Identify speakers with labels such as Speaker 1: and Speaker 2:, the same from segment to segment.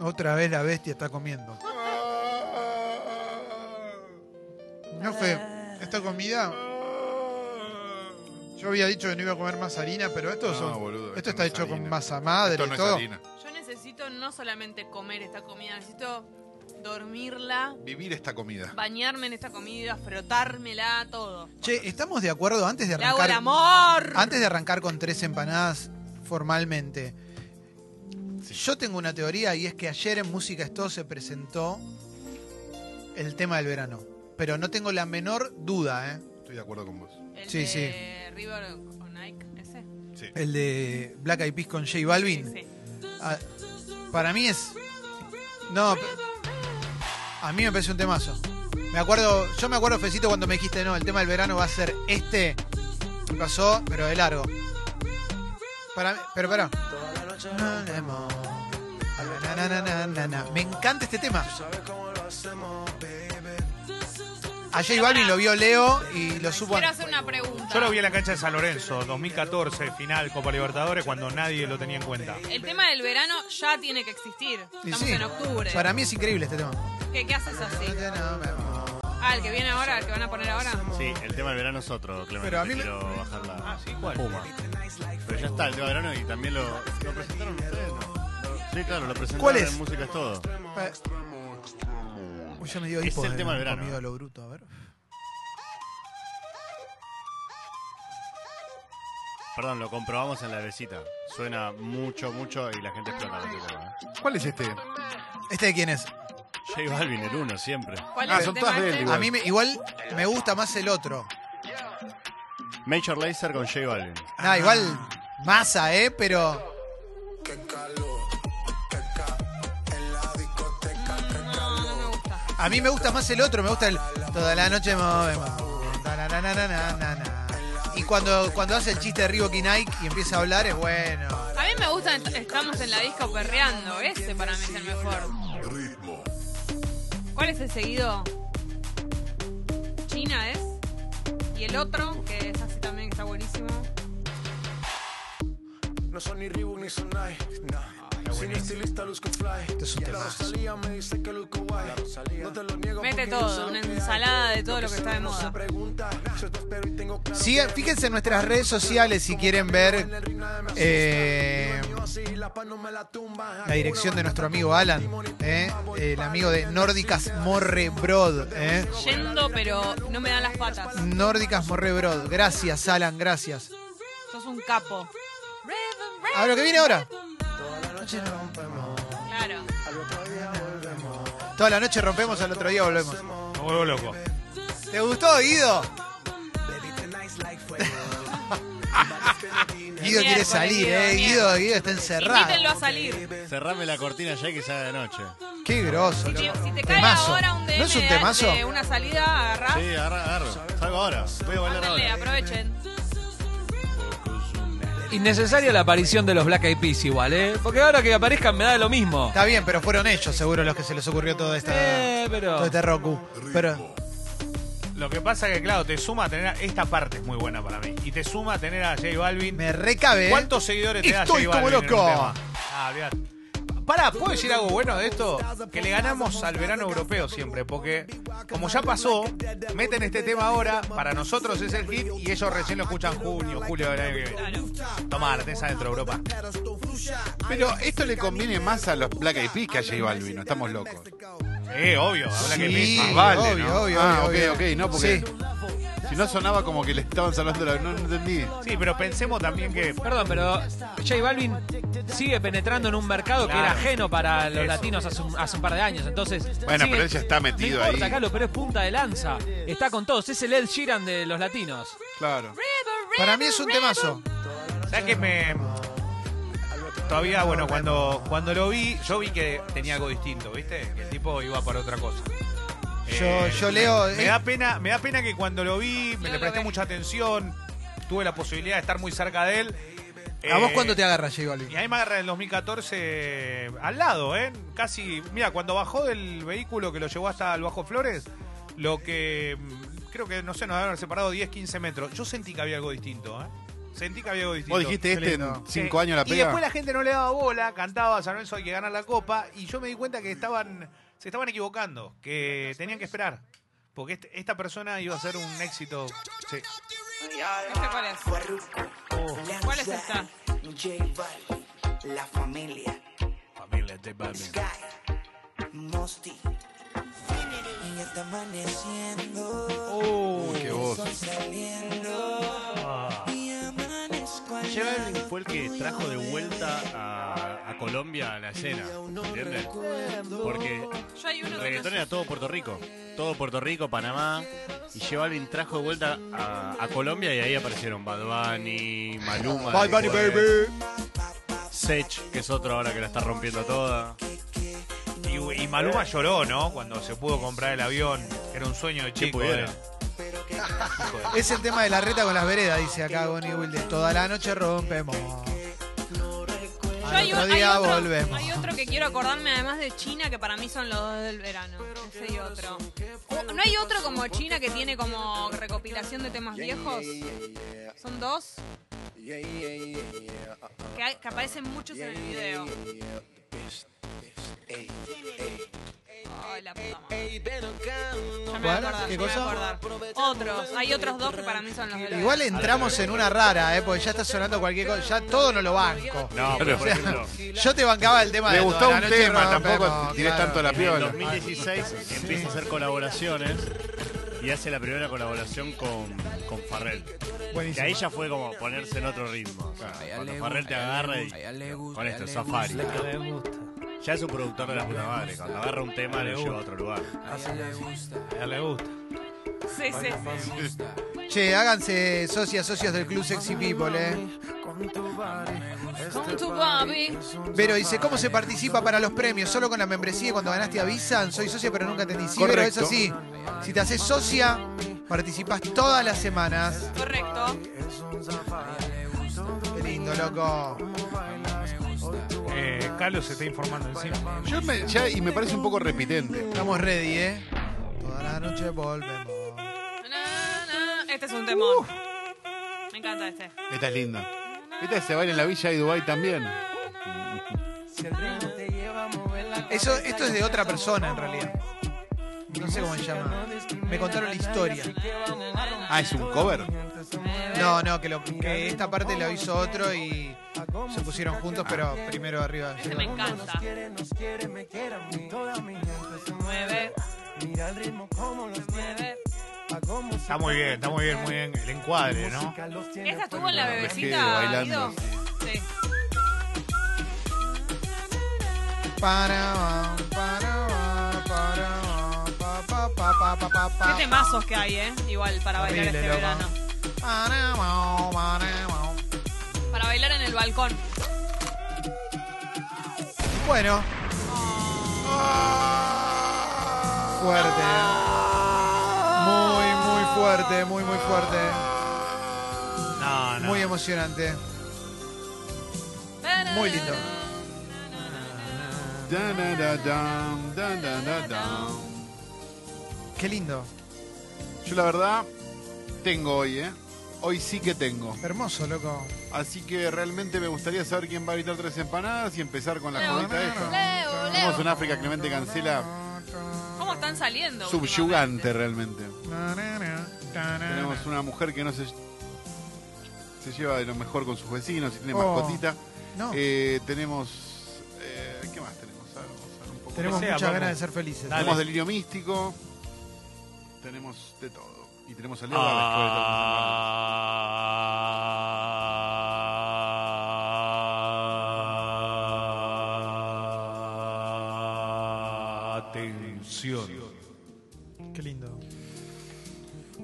Speaker 1: Otra vez la bestia está comiendo. No fue. Esta comida. Yo había dicho que no iba a comer más harina, pero esto,
Speaker 2: No,
Speaker 1: son-
Speaker 2: boludo, esto
Speaker 1: esto está
Speaker 2: no es
Speaker 1: hecho con
Speaker 2: harina.
Speaker 1: masa madre
Speaker 2: Esto no
Speaker 1: y
Speaker 2: es
Speaker 1: todo.
Speaker 2: harina.
Speaker 3: Yo necesito no solamente comer esta comida, necesito dormirla,
Speaker 2: Vivir esta comida.
Speaker 3: bañarme en esta comida, frotármela, todo.
Speaker 1: Che, ¿estamos de acuerdo antes de
Speaker 3: Le hago
Speaker 1: arrancar?
Speaker 3: el amor.
Speaker 1: Antes de arrancar con tres empanadas formalmente, yo tengo una teoría y es que ayer en Música Esto se presentó el tema del verano. Pero no tengo la menor duda, ¿eh?
Speaker 2: Estoy de acuerdo con vos.
Speaker 3: El
Speaker 1: Sí,
Speaker 3: de
Speaker 1: sí.
Speaker 3: River o Nike, ese.
Speaker 2: Sí.
Speaker 1: El de Black Eyed Peas con J Balvin.
Speaker 3: Sí, sí.
Speaker 1: Ah, para mí es. No. pe- A mí me parece un temazo. Me acuerdo, yo me acuerdo, Fecito, cuando me dijiste, no, el tema del verano va a ser este. Me pasó, pero de largo. Para mí- pero pará. Na, na, na, na, na, na. Me encanta este tema. A J Balvin lo vio Leo y lo supo.
Speaker 3: Quiero hacer una pregunta.
Speaker 4: Yo lo vi en la cancha de San Lorenzo, 2014, final Copa Libertadores, cuando nadie lo tenía en cuenta.
Speaker 3: El tema del verano ya tiene que existir.
Speaker 1: Y
Speaker 3: Estamos
Speaker 1: sí,
Speaker 3: en octubre.
Speaker 1: Para mí es increíble este tema.
Speaker 3: ¿Qué, qué haces así? Ah, el que viene ahora, el que van a poner ahora.
Speaker 5: Sí, el tema del verano es otro, Clemente.
Speaker 1: Pero a mí me- Ah,
Speaker 5: quiero bajar la
Speaker 4: ¿cuál?
Speaker 5: puma. Pero ya está, el tema del verano y también lo, lo presentaron ustedes, ¿no? Lo- Sí, claro, lo presentaron
Speaker 1: ¿Cuál es?
Speaker 5: en Música es Todo.
Speaker 1: Pa- Uy, ya me dio
Speaker 5: Es
Speaker 1: hipo
Speaker 5: el
Speaker 1: de
Speaker 5: tema del
Speaker 1: haber
Speaker 5: verano.
Speaker 1: comido lo bruto, a ver.
Speaker 5: Perdón, lo comprobamos en la besita. Suena mucho, mucho y la gente explota con este tema. ¿eh?
Speaker 2: ¿Cuál es este?
Speaker 1: ¿Este de quién es?
Speaker 5: J Balvin, el uno, siempre.
Speaker 3: ¿Cuál
Speaker 2: Ah,
Speaker 3: es
Speaker 2: son
Speaker 3: el tema
Speaker 2: todas de él,
Speaker 3: este?
Speaker 2: igual.
Speaker 1: A mí me- igual me gusta más el otro.
Speaker 5: Major Lazer con J Balvin.
Speaker 1: Nada, igual masa, ¿eh? Pero
Speaker 3: No, no me gusta.
Speaker 1: a mí me gusta más el otro. Me gusta el toda la noche movemos. Tanananananana. Y cuando, cuando hace el chiste de Reebok Nike y empieza a hablar, es bueno.
Speaker 3: A mí me gusta Est- Estamos en la disco perreando. Ese para mí es el mejor. ¿Cuál es el seguido? China es. Y el otro, que es así también, que está buenísimo.
Speaker 6: No son ni Reebok ni son Nike.
Speaker 1: Ah,
Speaker 6: Sin estilista luzco fly.
Speaker 1: Esto Este es un
Speaker 6: La
Speaker 1: temazo.
Speaker 6: Rosalía me dice que luzco guay. No te lo niego
Speaker 3: Mete
Speaker 6: porque yo sé
Speaker 3: todo,
Speaker 6: lo
Speaker 3: una
Speaker 6: que hay.
Speaker 3: ensalada de todo lo que está de
Speaker 6: No se
Speaker 3: moda.
Speaker 6: pregunta. Yo te espero y tengo claro
Speaker 1: Sigan-
Speaker 6: que-
Speaker 1: fíjense en nuestras redes sociales si quieren ver eh, la dirección de nuestro amigo Alan, ¿eh? el amigo de Nórdicas Morre Brod. ¿eh?
Speaker 3: Yendo, pero no me dan las patas.
Speaker 1: Nórdicas Morre Brod. Gracias, Alan, gracias.
Speaker 3: Sos un capo.
Speaker 1: A ver lo que viene ahora.
Speaker 3: Claro.
Speaker 1: Toda la noche rompemos, al otro día volvemos.
Speaker 4: Me vuelvo loco.
Speaker 1: ¿Te gustó, Guido? Guido quiere
Speaker 3: Miércoles,
Speaker 1: salir,
Speaker 3: Guido,
Speaker 1: ¿eh? Guido,
Speaker 3: miércoles.
Speaker 1: Guido está encerrado.
Speaker 3: Invítenlo a salir.
Speaker 5: Cerrame la cortina ya que sea de noche.
Speaker 1: Qué grosso.
Speaker 3: Si te,
Speaker 1: loco.
Speaker 3: si te cae
Speaker 1: Temazo.
Speaker 3: ahora un DM
Speaker 1: ¿No es un
Speaker 3: de-
Speaker 1: temazo?
Speaker 3: de una salida, agarrás.
Speaker 5: Sí, agarra, agarro. Salgo ahora. Voy a bailar
Speaker 3: Ándale,
Speaker 5: ahora.
Speaker 3: aprovechen.
Speaker 7: Innecesaria la aparición de los Black Eyed Peas igual, ¿eh? Porque ahora que aparezcan me da lo mismo.
Speaker 1: Está bien, pero fueron ellos seguro los que se les ocurrió todo, esta,
Speaker 7: Eh,
Speaker 1: todo
Speaker 7: pero...
Speaker 1: este Roku. Pero
Speaker 4: Lo que pasa que, claro, te suma a tener... a- Esta parte es muy buena para mí. Y te suma a tener a J Balvin.
Speaker 1: me recabe. ¿eh?
Speaker 4: ¿Cuántos seguidores te da
Speaker 1: Estoy
Speaker 4: J
Speaker 1: como
Speaker 4: Balvin en un
Speaker 1: loco.
Speaker 4: tema? Ah, olvidate. Pará, ¿puedo decir algo bueno de esto? Que le ganamos al verano europeo siempre, porque como ya pasó, meten este tema ahora, para nosotros es el hit y ellos recién lo escuchan junio, julio del año que viene. Tomá, la tenés adentro, Europa.
Speaker 2: Pero esto le conviene más a los Black Eyed Peas que a J Balvin, no estamos locos.
Speaker 4: Eh, obvio, habla que
Speaker 1: Sí,
Speaker 4: pisa.
Speaker 2: Más vale,
Speaker 1: obvio,
Speaker 2: ¿no?
Speaker 1: obvio,
Speaker 2: Ah,
Speaker 1: obvio,
Speaker 2: ok,
Speaker 1: obvio.
Speaker 2: ok, no, porque
Speaker 1: Sí.
Speaker 2: si no sonaba como que le estaban salvando la... No, no entendí.
Speaker 4: Sí, pero pensemos también que
Speaker 7: Perdón, pero J Balvin sigue penetrando en un mercado que
Speaker 4: Claro.
Speaker 7: era ajeno para los
Speaker 4: Eso.
Speaker 7: latinos hace un, hace un par de años, entonces...
Speaker 2: Bueno,
Speaker 7: sigue-
Speaker 2: pero él ya está metido
Speaker 7: no importa,
Speaker 2: ahí.
Speaker 7: Carlos, pero es punta de lanza. Está con todos, es el Ed Sheeran de los latinos.
Speaker 2: Claro.
Speaker 1: Para mí es un temazo.
Speaker 4: ¿Sabes que me.? Todavía, bueno, cuando, cuando lo vi, yo vi que tenía algo distinto, ¿viste? Que el tipo iba para otra cosa. Eh,
Speaker 1: Yo- yo leo- eh.
Speaker 4: Me, me da pena, me da pena que cuando lo vi, me
Speaker 3: No
Speaker 4: le
Speaker 3: lo
Speaker 4: presté
Speaker 3: ves.
Speaker 4: mucha atención, tuve la posibilidad de estar muy cerca de él.
Speaker 1: ¿A
Speaker 4: Eh,
Speaker 1: vos cuándo te agarra J Balvin?
Speaker 4: Y ahí me agarra en el 2014 al lado, ¿eh? Casi. Mira, cuando bajó del vehículo que lo llevó hasta el Bajo Flores, lo que. mm, Creo que, no sé, nos habían separado 10, 15 metros. Yo sentí que había algo distinto, ¿eh? sentí que había algo distinto.
Speaker 2: Vos dijiste
Speaker 1: Qué
Speaker 2: este en
Speaker 1: lindo.
Speaker 2: cinco años la
Speaker 4: Y
Speaker 2: pega.
Speaker 4: después la gente no le daba bola, cantaba San Lorenzo hay que ganar la copa, y yo me di cuenta que estaban, se estaban equivocando, que tenían que esperar. Porque este- esta persona iba a ser un éxito. Sí.
Speaker 3: ¿Este cuál es? ¿Cuál es esta?
Speaker 8: J Balvin, la familia,
Speaker 4: Familia J Balvin.
Speaker 8: Sky, Mosty. Y ya está amaneciendo,
Speaker 4: Oh,
Speaker 2: Qué voz.
Speaker 8: saliendo. Y amanezco al
Speaker 5: J
Speaker 8: lado
Speaker 5: Balvin fue el que trajo de vuelta a, a Colombia a la escena, ¿entiendes? Porque
Speaker 3: Ya hay uno
Speaker 5: el
Speaker 3: que no
Speaker 5: reggaetón
Speaker 3: sé.
Speaker 5: era todo Puerto Rico, todo Puerto Rico, Panamá, y J Balvin trajo de vuelta a, a Colombia y ahí aparecieron Bad Bunny, Maluma,
Speaker 1: Bye, Bunny,
Speaker 5: después,
Speaker 1: baby.
Speaker 5: Sech, que es otro ahora que la está rompiendo toda.
Speaker 4: Y, y Maluma lloró, ¿no? Cuando se pudo comprar el avión. Era un sueño de chico. eh.
Speaker 5: pudiera.
Speaker 4: era.
Speaker 1: Es el tema de la reta con las veredas, dice acá Bonnie Wilde. Toda la noche rompemos.
Speaker 3: Yo
Speaker 1: Al
Speaker 3: hay, un-
Speaker 1: otro
Speaker 3: hay
Speaker 1: día
Speaker 3: otro,
Speaker 1: volvemos.
Speaker 3: hay otro que quiero acordarme, además de China, que para mí son los dos del verano. Ese y otro. ¿No hay otro como China que tiene como recopilación de temas viejos? ¿Son dos? Que, hay- que aparecen muchos en el video. Ay, la puta madre. Ya me voy a
Speaker 1: ¿Cuál?
Speaker 3: acordar,
Speaker 1: ¿Qué
Speaker 3: ya me voy a
Speaker 1: cosa?
Speaker 3: acordar. Otros. Hay otros dos que para mí son los del verano.
Speaker 1: Igual entramos en una rara, ¿eh? porque ya está sonando cualquier cosa. Ya todo no lo banco.
Speaker 5: No, pero por ejemplo,
Speaker 1: Yo te bancaba el tema
Speaker 2: Le
Speaker 1: de.
Speaker 2: gustó
Speaker 1: toda
Speaker 2: un
Speaker 1: la noche
Speaker 2: tema,
Speaker 1: rompemos,
Speaker 2: tampoco te tirés
Speaker 1: claro.
Speaker 2: tanto la
Speaker 5: en el
Speaker 2: piola.
Speaker 5: 2016 empieza a hacer colaboraciones y hace la primera colaboración con, con Farrell. Que
Speaker 1: Buenísimo.
Speaker 5: ahí ya fue como ponerse en otro ritmo. Cuando Farrell te agarra y con esto, Safari. Ya es un productor de la puta madre. Cuando agarra un tema lo lleva a otro lugar.
Speaker 3: Sí, sí, sí.
Speaker 1: Che, háganse socias, socios del Club Sexy People, ¿eh?
Speaker 3: Come to Bobby.
Speaker 1: Vero dice, ¿cómo se participa para los premios? ¿Solo con la membresía y cuando ganaste avisan? Soy socia pero nunca te Sí, pero es
Speaker 2: Correcto.
Speaker 1: así. Si te haces socia, participás todas las semanas.
Speaker 3: Correcto.
Speaker 1: Qué lindo, loco.
Speaker 4: Eh, Carlos se está informando encima.
Speaker 2: Yo me- ya, y me parece un poco repitente.
Speaker 1: Estamos ready, ¿eh? Toda la noche volvemos.
Speaker 3: Na, na. Este es un temón. Me encanta este.
Speaker 2: Esta es linda. Esta se baila en la villa de Dubái también.
Speaker 1: Eso, esto es de otra persona, en realidad. No sé cómo se llama. Me contaron la historia.
Speaker 2: Ah, es un cover.
Speaker 1: No, no, que, lo- que esta parte lo hizo otro y se pusieron juntos, pero primero arriba.
Speaker 3: Este me encanta. Mueve. Mueve.
Speaker 4: Está muy bien, está muy bien, muy bien. El encuadre, ¿no?
Speaker 3: ¿Esta estuvo en la
Speaker 2: Sí,
Speaker 3: bebecita,
Speaker 2: bailando.
Speaker 3: Guido? Sí.
Speaker 1: Para, para, para, pa, pa, pa, pa, pa, pa, pa.
Speaker 3: Qué temazos que hay, ¿eh? Igual para bailar
Speaker 1: Horrible,
Speaker 3: este
Speaker 1: loco.
Speaker 3: verano.
Speaker 1: Para, para, para.
Speaker 3: Para bailar en el balcón.
Speaker 1: Bueno. Fuerte. Muy, muy fuerte, muy, muy fuerte.
Speaker 4: No, no.
Speaker 1: Muy emocionante. Muy lindo.
Speaker 2: Dan, dan, dan, dan, dan, dan, dan.
Speaker 1: Qué lindo.
Speaker 2: Yo la verdad tengo hoy, ¿eh? Hoy sí que tengo.
Speaker 1: Hermoso, loco.
Speaker 2: Así que realmente me gustaría saber quién va a gritar tres empanadas y empezar con la
Speaker 3: Leo,
Speaker 2: jodita esta.
Speaker 3: Leo,
Speaker 2: Somos
Speaker 3: Leo.
Speaker 2: en África, Clemente Cancela,
Speaker 3: ¿Cómo están saliendo?
Speaker 2: subyugante realmente.
Speaker 1: Na, na, na, ta, na,
Speaker 2: Tenemos
Speaker 1: na.
Speaker 2: una mujer que no se, se lleva de lo mejor con sus vecinos y tiene
Speaker 1: Oh.
Speaker 2: mascotita.
Speaker 1: No,
Speaker 2: Eh, tenemos. eh, ¿Qué más tenemos? A ver, vamos a ver un poco.
Speaker 1: tenemos
Speaker 4: sea,
Speaker 1: muchas
Speaker 4: vamos.
Speaker 1: ganas de ser felices.
Speaker 4: Dale.
Speaker 2: Tenemos delirio místico. Tenemos de todo. Y tenemos a Leo
Speaker 1: Ah.
Speaker 2: Gávez,
Speaker 4: Atención.
Speaker 1: Qué lindo.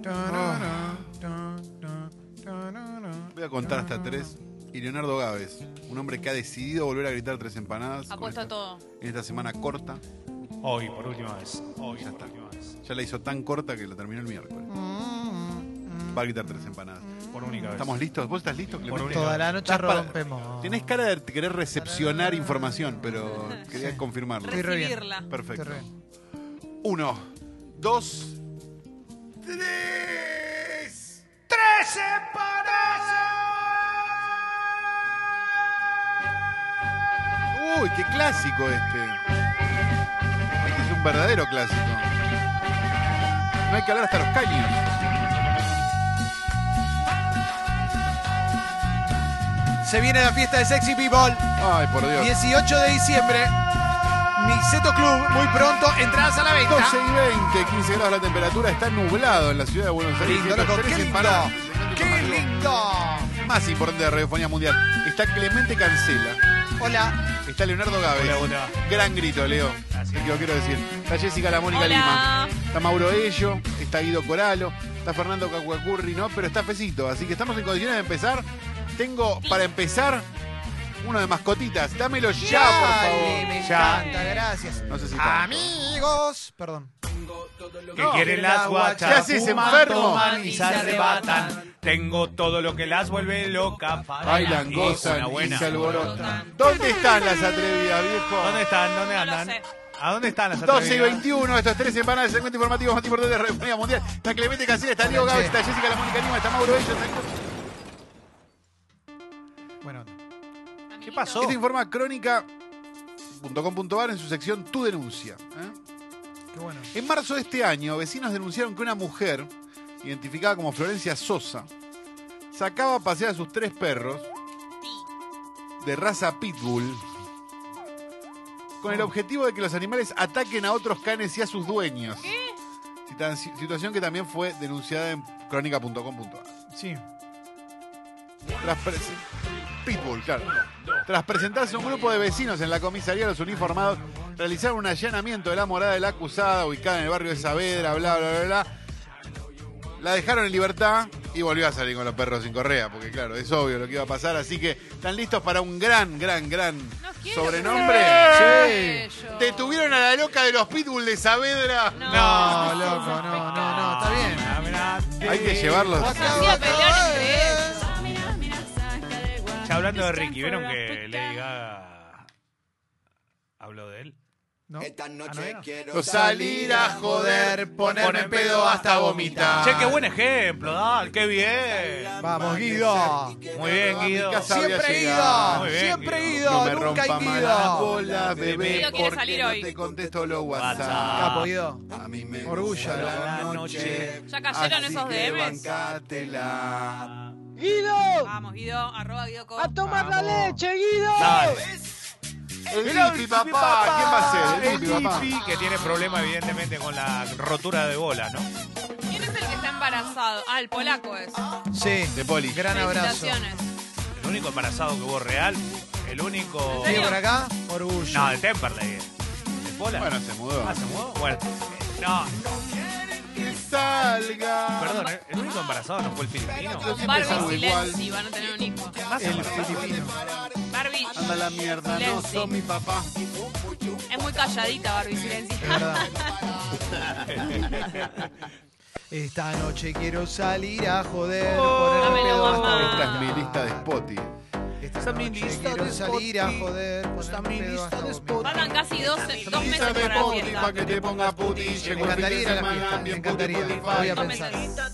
Speaker 1: Ta, na, na, ta, na, ta, na, na.
Speaker 2: que Voy a contar hasta tres. Y Leonardo Gávez, un hombre que ha decidido volver a gritar tres empanadas. con
Speaker 3: Apuesto a
Speaker 2: esta-
Speaker 3: todo.
Speaker 2: En esta semana corta.
Speaker 4: Hoy, por última vez. Hoy,
Speaker 2: Ya
Speaker 4: ya
Speaker 2: está.
Speaker 4: está. Última vez.
Speaker 2: Ya la hizo tan corta que la terminó el miércoles.
Speaker 3: Mm,
Speaker 2: Va a gritar tres empanadas.
Speaker 4: Por única vez.
Speaker 2: ¿Estamos listos? ¿Vos estás listo, Clemente?
Speaker 4: única
Speaker 1: Toda la noche
Speaker 2: Estás para-
Speaker 1: rompemos.
Speaker 2: Tenés cara de querer recepcionar información, pero quería confirmarlo.
Speaker 1: Estoy re bien.
Speaker 3: Recibirla.
Speaker 2: Perfecto.
Speaker 1: Te re-
Speaker 2: Uno, dos, tres. ¡Tres empanadas! Uy, qué clásico este. Este es un verdadero clásico. No hay que hablar hasta los caños.
Speaker 1: Se viene la fiesta de Sexy People.
Speaker 2: Ay, por Dios.
Speaker 1: 18 de diciembre. Mixeto Club, muy pronto, entradas a la venta.
Speaker 2: 12 y 20, 15 grados la temperatura, está nublado en la ciudad de Buenos Aires.
Speaker 1: Lindo, loco, qué lindo. ¡Qué lindo!
Speaker 2: Más importante de radiofonía mundial. Está Clemente Cancela.
Speaker 1: Hola.
Speaker 2: Está Leonardo Gávez. Gran grito, Leo. Así que lo quiero decir. Está Jessica La Mónica
Speaker 3: Hola.
Speaker 2: Lima. Está Mauro Ello. Está Guido Coralo. Está Fernando Cacuacurri, ¿no? Pero está Fecito. Así que estamos en condiciones de empezar. Tengo para empezar uno de mascotitas. Dámelo ya,
Speaker 1: Dale,
Speaker 2: por favor.
Speaker 1: me
Speaker 4: Ya.
Speaker 1: encanta, gracias.
Speaker 2: No sé si está.
Speaker 1: Amigos. Perdón.
Speaker 4: Que quieren las guachas.
Speaker 2: ¿Qué haces,
Speaker 4: fuman,
Speaker 2: enfermo?
Speaker 4: toman y se arrebatan. Tengo todo lo que las vuelve loca.
Speaker 2: Bailan,
Speaker 4: Y
Speaker 2: gozan
Speaker 4: una buena.
Speaker 2: y se alborotan. ¿Dónde están las atrevidas, viejo?
Speaker 4: ¿Dónde están? ¿Dónde
Speaker 3: No lo
Speaker 4: andan?
Speaker 3: sé.
Speaker 4: ¿A dónde están las
Speaker 2: 12 y
Speaker 4: atrevidas?
Speaker 2: 21, estos tres semanas del segmento informativo más importante de la República Mundial. Está Clemente Cancela, está Leo Gávez, está Jessica La Mónica Lima, está Mauro Ello. está-
Speaker 1: Bueno,
Speaker 4: ¿Qué pasó?
Speaker 2: Esto Este informa crónica.com.ar en su sección Tu Denuncia. ¿eh?
Speaker 1: qué bueno.
Speaker 2: En marzo de este año, vecinos denunciaron que una mujer, identificada como Florencia Sosa, sacaba a pasear a sus tres perros de raza pitbull con
Speaker 1: Oh.
Speaker 2: el objetivo de que los animales ataquen a otros canes y a sus dueños. Situa- Situación que también fue denunciada en crónica.com.ar.
Speaker 1: Sí.
Speaker 2: Tras presen- Pitbull, claro. Tras presentarse un grupo de vecinos en la comisaría, los uniformados realizaron un allanamiento de la morada de la acusada ubicada en el barrio de Saavedra, bla, bla, bla, bla. La dejaron en libertad y volvió a salir con los perros sin correa, porque claro, es obvio lo que iba a pasar. Así que, ¿están listos para un gran, gran, gran
Speaker 3: No quiero
Speaker 2: sobrenombre?
Speaker 3: ser Sí. bello.
Speaker 2: Detuvieron a la loca de los Pitbull de Saavedra.
Speaker 3: No.
Speaker 1: No, loco, no, no, no, está bien.
Speaker 2: Hay que llevarlos.
Speaker 3: Se hacía pelear entre ellos.
Speaker 4: Ya hablando de Ricky, ¿vieron que Lady Gaga habló de él?
Speaker 1: No.
Speaker 8: Esta noche
Speaker 1: Ah, no,
Speaker 8: quiero
Speaker 2: Salir a joder, ponerme en pedo hasta vomitar.
Speaker 4: Che, qué buen ejemplo, Dal, qué bien.
Speaker 1: Vamos, Guido.
Speaker 4: Muy bien,
Speaker 2: A mi
Speaker 4: Guido.
Speaker 2: casa había
Speaker 1: Siempre
Speaker 2: llegado.
Speaker 1: Guido.
Speaker 4: Muy bien,
Speaker 1: Siempre
Speaker 4: Guido.
Speaker 1: Guido.
Speaker 2: me
Speaker 1: Nunca
Speaker 2: rompa más la
Speaker 1: Guido.
Speaker 2: bola, bebé,
Speaker 3: Guido quiere
Speaker 2: porque
Speaker 3: salir
Speaker 2: no
Speaker 3: hoy.
Speaker 2: te contesto los WhatsApp.
Speaker 4: WhatsApp.
Speaker 1: Capo, Guido.
Speaker 2: A mí me
Speaker 1: Orgullo,
Speaker 2: gusta
Speaker 1: loco.
Speaker 2: la noche.
Speaker 3: Ya
Speaker 1: Ah,
Speaker 3: cayeron
Speaker 2: así
Speaker 3: esos
Speaker 2: que
Speaker 3: DMs.
Speaker 2: bancátela.
Speaker 3: Vamos, Guido, arroba Guido Co.
Speaker 4: Dal.
Speaker 2: El Dipi, papá. ¿Quién va a ser?
Speaker 4: El
Speaker 2: El Dipi, papá.
Speaker 4: Dipi, que tiene problema evidentemente con la rotura de bola, ¿no?
Speaker 3: ¿Quién es el que está embarazado? Ah, el polaco es.
Speaker 1: Sí.
Speaker 2: De poli.
Speaker 1: Gran abrazo.
Speaker 3: Felicitaciones.
Speaker 4: El único embarazado que hubo real, el único...
Speaker 3: ¿En
Speaker 1: Sigue
Speaker 3: serio?
Speaker 1: por acá. Orgullo.
Speaker 4: No, de Temperley. ¿De bola?
Speaker 2: Bueno, se mudó.
Speaker 4: Ah, ¿se mudó? Bueno. No,
Speaker 2: Que salga.
Speaker 4: perdón, el único embarazado no fue el filipino.
Speaker 3: Con Barbie y
Speaker 2: igual.
Speaker 3: Lenzi van a tener un hijo.
Speaker 4: Más
Speaker 1: El
Speaker 4: embarazado.
Speaker 1: filipino.
Speaker 3: Barbie
Speaker 2: Anda la mierda, no
Speaker 3: Lenzi.
Speaker 2: sos mi papá.
Speaker 3: es muy calladita, Barbie Silenzi.
Speaker 1: Es verdad. Esta noche quiero salir a joder. ponerme
Speaker 3: Oh, Dámelo,
Speaker 1: pedo
Speaker 3: mamá.
Speaker 1: hasta
Speaker 2: Ah. Esta es mi lista de Spotty.
Speaker 1: Esta noche quiero salir a joder. ponerme pedo hasta vomitar.
Speaker 3: Faltan casi dos, dos
Speaker 2: Lista
Speaker 3: meses
Speaker 2: de
Speaker 3: para la
Speaker 2: Spotty pa'
Speaker 3: fiesta.
Speaker 2: que te pongas puti.
Speaker 1: Me
Speaker 2: Llegó el fin
Speaker 1: encantaría
Speaker 2: de
Speaker 1: ir a la
Speaker 2: semana.
Speaker 1: fiesta. Me
Speaker 2: bien puti,
Speaker 1: encantaría.
Speaker 2: puti,
Speaker 1: Lo voy a
Speaker 2: fai.
Speaker 3: Dos meses.
Speaker 1: pensar.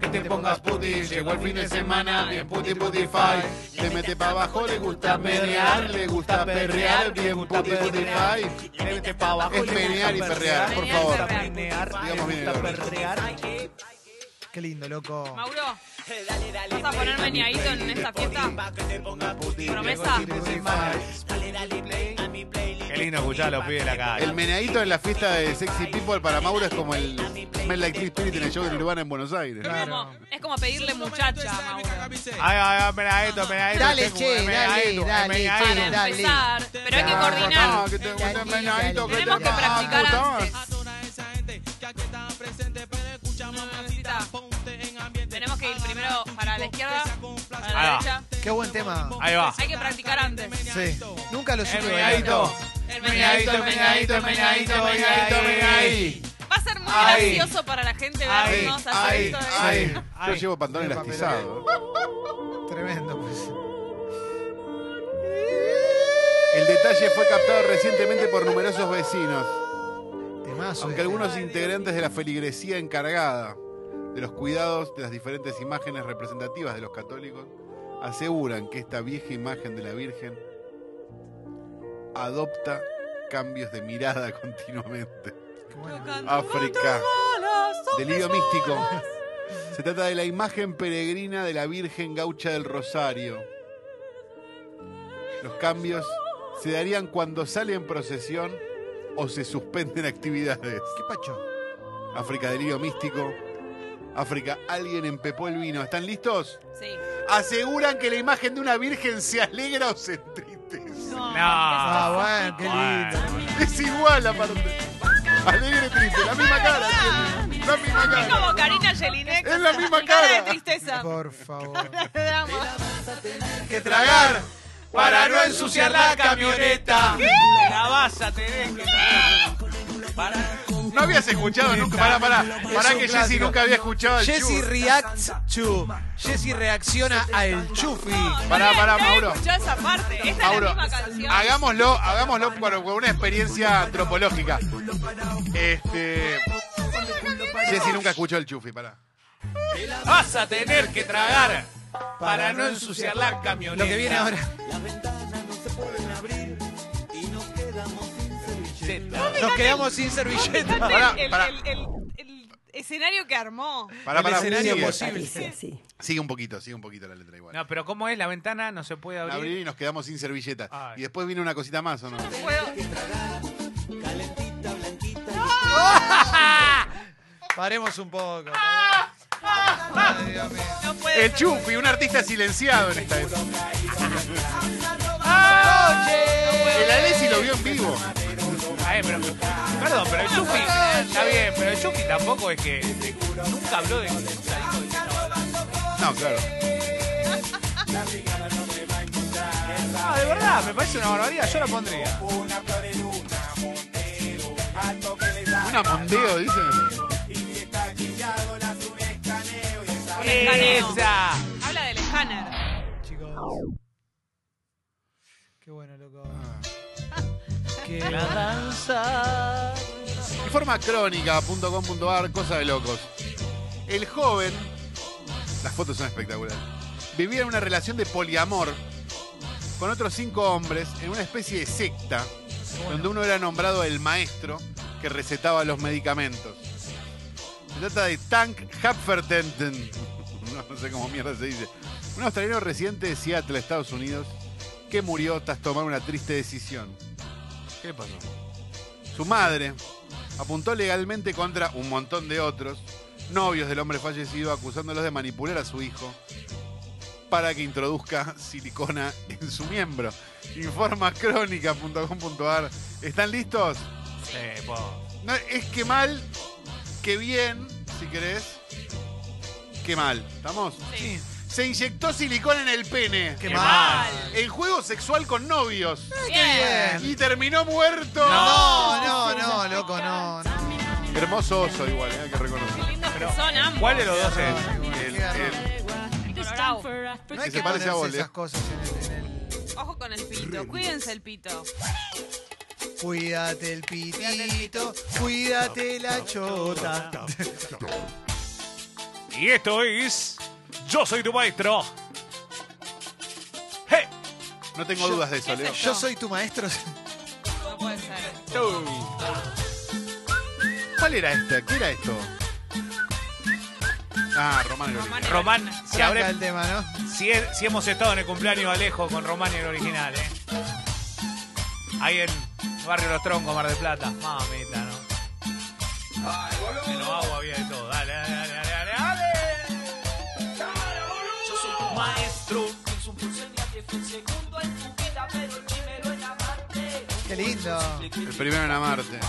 Speaker 2: Que te pongas puti, llegó el fin de semana, bien puti putify. Le mete pa' abajo, le gusta menear, le gusta perrear, bien puti putify.
Speaker 9: Le mete pa' abajo,
Speaker 2: Es
Speaker 9: le gusta
Speaker 2: menear y perrear, por
Speaker 3: Menear y
Speaker 2: favor.
Speaker 3: perrear.
Speaker 9: Menear,
Speaker 2: Digamos
Speaker 9: le
Speaker 2: bien
Speaker 9: gusta
Speaker 2: el orden.
Speaker 9: perrear.
Speaker 1: Qué lindo, loco.
Speaker 3: Mauro, ¿vas a poner meneadito en esta fiesta? ¿Promesa?
Speaker 4: Qué lindo escuchar a los pibes de la calle.
Speaker 2: El meneadito en la fiesta de Sexy People para Mauro es como el Smell Like Teen Spirit en el show de Urbana en Buenos Aires.
Speaker 3: Es como, es como pedirle muchacha, Mauro.
Speaker 4: Ay, ay, ay, meneadito, meneadito.
Speaker 1: Dale,
Speaker 4: tengo,
Speaker 1: che,
Speaker 4: eh,
Speaker 1: dale,
Speaker 4: meneadito, eh,
Speaker 1: dale, che,
Speaker 4: meneadito.
Speaker 3: Para empezar, pero hay que
Speaker 2: No,
Speaker 3: coordinar.
Speaker 2: Ah, que te gusta el meneadito, que te Ah,
Speaker 3: Tenemos que
Speaker 2: va a
Speaker 3: practicar
Speaker 2: gustar.
Speaker 3: antes. Necesita. Tenemos que ir primero para la izquierda, para la
Speaker 4: Ahí va.
Speaker 3: derecha.
Speaker 1: Qué buen tema.
Speaker 4: Ahí va.
Speaker 3: Hay que practicar antes.
Speaker 1: Sí. Nunca lo
Speaker 2: Em,
Speaker 4: El
Speaker 1: supe.
Speaker 4: meneadito.
Speaker 3: El meneadito.
Speaker 4: Meneadito, meneadito, meneadito, meneadito, meneadito.
Speaker 3: Va a ser muy
Speaker 4: Ay.
Speaker 3: gracioso para la gente
Speaker 4: Ay,
Speaker 3: vernos hacer
Speaker 2: Ay,
Speaker 3: esto. ¿eh? de-
Speaker 2: ay. Yo
Speaker 4: Ay.
Speaker 2: llevo pantalón
Speaker 1: Lleva
Speaker 2: elastizado.
Speaker 1: Tremendo, pues.
Speaker 2: El detalle fue captado recientemente por numerosos vecinos.
Speaker 1: Temazo.
Speaker 2: Aunque
Speaker 1: este.
Speaker 2: algunos integrantes de la feligresía encargada de los cuidados de las diferentes imágenes representativas de los católicos aseguran que esta vieja imagen de la Virgen adopta cambios de mirada continuamente.
Speaker 1: Qué bueno.
Speaker 2: África. Delirio místico. Se trata de la imagen peregrina de la Virgen Gaucha del Rosario. Los cambios se darían cuando sale en procesión o se suspenden actividades.
Speaker 1: ¿Qué pacho?
Speaker 2: África, delirio místico. África, alguien empepó el vino. ¿Están listos?
Speaker 3: Sí.
Speaker 2: Aseguran que la imagen de una virgen se alegra o se entristece.
Speaker 3: No.
Speaker 1: Ah, bueno, qué lindo.
Speaker 2: Es igual aparte. Alegre triste, la misma cara.
Speaker 3: Ah.
Speaker 2: ¿entiendes? La misma
Speaker 3: Es como
Speaker 2: cara.
Speaker 3: Karina Jelinek.
Speaker 2: Es la misma
Speaker 3: con cara. de
Speaker 2: cara.
Speaker 3: tristeza.
Speaker 1: Por favor.
Speaker 3: Te amo.
Speaker 4: que tragar para no ensuciar la camioneta. La vas a tener que
Speaker 2: No habías escuchado nunca. Pará, pará. Pará que Jessy nunca había escuchado el
Speaker 1: Jesse
Speaker 2: chur.
Speaker 1: reacts to. Jesse reacciona al chufi.
Speaker 2: Pará, pará,
Speaker 3: Nadie
Speaker 2: Mauro.
Speaker 3: escuchó ¿eh? esa parte. Esta
Speaker 2: Mauro,
Speaker 3: es la misma canción.
Speaker 2: hagámoslo, hagámoslo con con una experiencia antropológica. Este. Jessy nunca escuchó el chufi, pará.
Speaker 4: Vas a tener que tragar para no ensuciar la camioneta.
Speaker 1: Lo que viene ahora. Nos quedamos sin servilleta.
Speaker 3: Fíjate
Speaker 2: Pará,
Speaker 3: el,
Speaker 2: pará.
Speaker 3: el- el- el escenario que armó.
Speaker 2: Pará,
Speaker 1: El
Speaker 2: pará.
Speaker 1: escenario
Speaker 2: sigue.
Speaker 1: posible.
Speaker 2: Sigue un poquito, sigue un poquito la letra igual.
Speaker 4: No, pero ¿cómo es? La ventana no se puede abrir.
Speaker 2: Abrir y nos quedamos sin servilleta.
Speaker 4: Ay.
Speaker 2: Y después viene una cosita más, ¿o no?
Speaker 3: No puedo.
Speaker 1: Paremos un poco.
Speaker 4: Ah,
Speaker 1: Ay, Dios mío.
Speaker 3: No puedo.
Speaker 2: El Chufi, un artista silenciado en esta época. El Alessi lo vio en vivo.
Speaker 4: Ah, eh, pero- perdón, pero el Chufi. Está bien, pero el Chufi tampoco es que. de- nunca habló de.
Speaker 2: No, claro.
Speaker 4: Ah, de verdad, me parece una barbaridad. Yo la pondría.
Speaker 2: Un amondeo, dice.
Speaker 3: Con el escaneo.
Speaker 4: ¡Esa!
Speaker 3: Habla del escáner.
Speaker 1: Chicos. Qué bueno, loco.
Speaker 7: Ah.
Speaker 1: Qué
Speaker 2: Informa crónica.com.ar, cosa de locos. El joven, las fotos son espectaculares, vivía en una relación de poliamor con otros cinco hombres en una especie de secta donde uno era nombrado el maestro que recetaba los medicamentos. Se trata de Tank Hapfertenten, no, no sé cómo mierda se dice, un australiano residente de Seattle, Estados Unidos, que murió tras tomar una triste decisión.
Speaker 4: ¿Qué le pasó?
Speaker 2: Su madre apuntó legalmente contra un montón de otros novios del hombre fallecido, acusándolos de manipular a su hijo para que introduzca silicona en su miembro. Informa crónica.com.ar. ¿Están listos?
Speaker 4: Sí, po.
Speaker 2: No, es que mal, que bien, si querés. Que mal. ¿Estamos?
Speaker 3: Sí.
Speaker 2: Se inyectó silicona en el pene.
Speaker 1: Qué
Speaker 4: Qué
Speaker 1: mal.
Speaker 4: mal.
Speaker 2: En juego sexual con novios.
Speaker 3: Bien.
Speaker 2: Y terminó muerto.
Speaker 1: No, no, no, loco, no. no.
Speaker 2: Hermoso oso igual, eh, hay que reconocer.
Speaker 3: Qué lindos que son ambos.
Speaker 4: ¿Cuál de los dos es?
Speaker 2: El- el-
Speaker 3: Colorado.
Speaker 1: No hay
Speaker 2: Que se
Speaker 1: que
Speaker 2: parece
Speaker 1: ponerse
Speaker 2: a vos, eh. Leo.
Speaker 1: esas cosas en el- en el...
Speaker 3: Ojo con el pito. Cuídense el pito.
Speaker 1: Cuídate el pitito, cuídate la chota.
Speaker 5: Y esto es. Yo soy tu maestro. ¡Hey!
Speaker 2: no tengo dudas de eso,
Speaker 3: ¿Qué
Speaker 2: Leo.
Speaker 3: es
Speaker 1: Yo soy tu maestro.
Speaker 3: No puede ser.
Speaker 2: ¿Cuál era esta? ¿Qué era esto? Ah, Román y Lolita.
Speaker 3: Román.
Speaker 4: Román, si, habré-
Speaker 1: Saca el tema, ¿no?
Speaker 4: si, es- si hemos estado en el cumpleaños de Alejo con Román y el original, ¿eh? Ahí en Barrio Los Troncos, Mar del Plata. Mamita, ¿no? En agua había de todo. Dale, dale, dale, dale, dale.
Speaker 9: Yo soy tu maestro. Pienso un pulso en la que fue el segundo en tu vida, pero el primero en amarte.
Speaker 1: Qué lindo.
Speaker 2: El primero en amarte.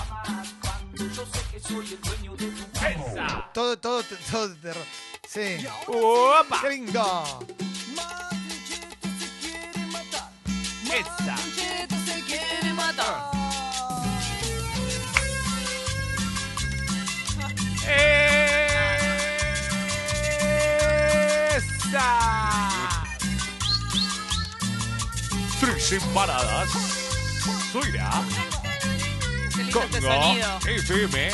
Speaker 9: Yo sé que soy el dueño de tu
Speaker 4: ¡Esa!
Speaker 1: Todo, todo, todo de terror. Sí.
Speaker 4: ¡Opa!
Speaker 1: ¡Qué lindo!
Speaker 10: Ah.
Speaker 4: ¡Esa! ¡Esa!
Speaker 5: Tres embaradas. Suira.
Speaker 3: Qué lindo este
Speaker 5: Congo.
Speaker 3: sonido.
Speaker 5: FM.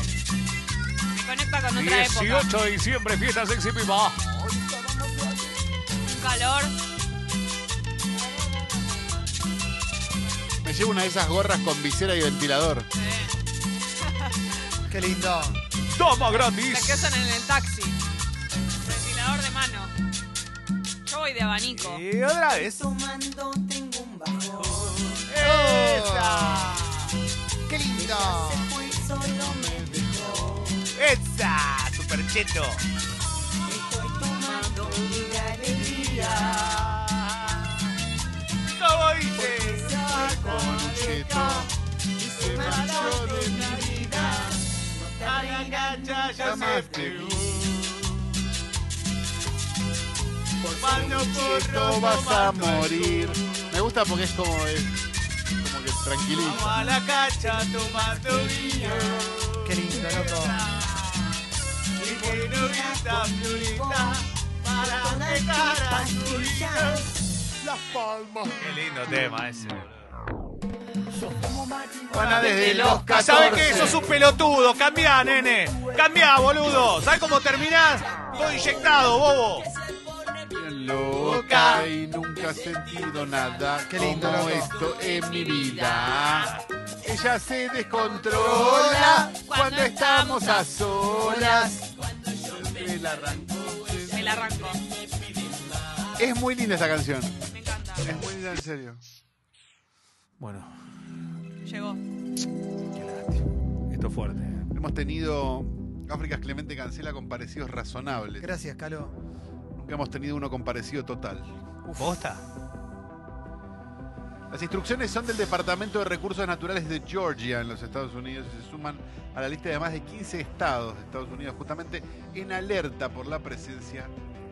Speaker 3: Me conecta con otra época.
Speaker 5: 18 de diciembre, fiesta sexy pipa.
Speaker 3: Un calor.
Speaker 2: Me lleva una de esas gorras con visera y ventilador.
Speaker 3: eh,
Speaker 1: Qué lindo.
Speaker 3: Las
Speaker 4: ¡Toma
Speaker 3: que
Speaker 4: gratis!
Speaker 3: usan en el taxi. Ventilador de mano. Yo voy de abanico.
Speaker 4: Y otra vez.
Speaker 8: Tomando tengo un bajón.
Speaker 4: ¡Esa!
Speaker 1: Qué lindo.
Speaker 8: Se fue y solo me dejó.
Speaker 4: ¡Esa! ¡Super cheto!
Speaker 8: Estoy tomando mi alegría.
Speaker 4: ¿Cómo dices?
Speaker 8: Se va
Speaker 2: Con un cheto.
Speaker 8: y se marchó de mi vida. No te reirás
Speaker 2: Llamaste
Speaker 8: por ser un
Speaker 2: No vas a morir. Me gusta porque es como, es como que tranquiliza.
Speaker 4: A la cacha tomando guía.
Speaker 1: Qué lindo, loco.
Speaker 4: Y que no vista florita
Speaker 8: Con
Speaker 4: para
Speaker 8: las pastillas.
Speaker 2: Las palmas.
Speaker 4: Qué lindo tema ese.
Speaker 2: Juana desde los 14.
Speaker 4: ¿Sabes qué? Sos un pelotudo. Cambiá, nene. Cambiá, boludo. ¿Sabes cómo terminás? Todo inyectado, bobo.
Speaker 2: Bien loca y nunca he sentido nada
Speaker 1: Qué lindo,
Speaker 2: como
Speaker 1: loco.
Speaker 2: esto en mi vida. Ella se descontrola cuando estamos a solas. Me la arrancó.
Speaker 3: Me la arranco.
Speaker 2: Es muy linda esa canción.
Speaker 3: Me encanta.
Speaker 2: Es muy linda, en serio.
Speaker 4: Bueno,
Speaker 3: Llegó.
Speaker 4: esto es fuerte. ¿eh?
Speaker 2: Hemos tenido Áfricas Clemente Cancela con parecidos razonables.
Speaker 1: Gracias, Caló.
Speaker 2: Nunca hemos tenido uno con parecido total.
Speaker 4: ¿Posta?
Speaker 2: Las instrucciones son del Departamento de Recursos Naturales de Georgia en los Estados Unidos y se suman a la lista de más de 15 estados de Estados Unidos justamente en alerta por la presencia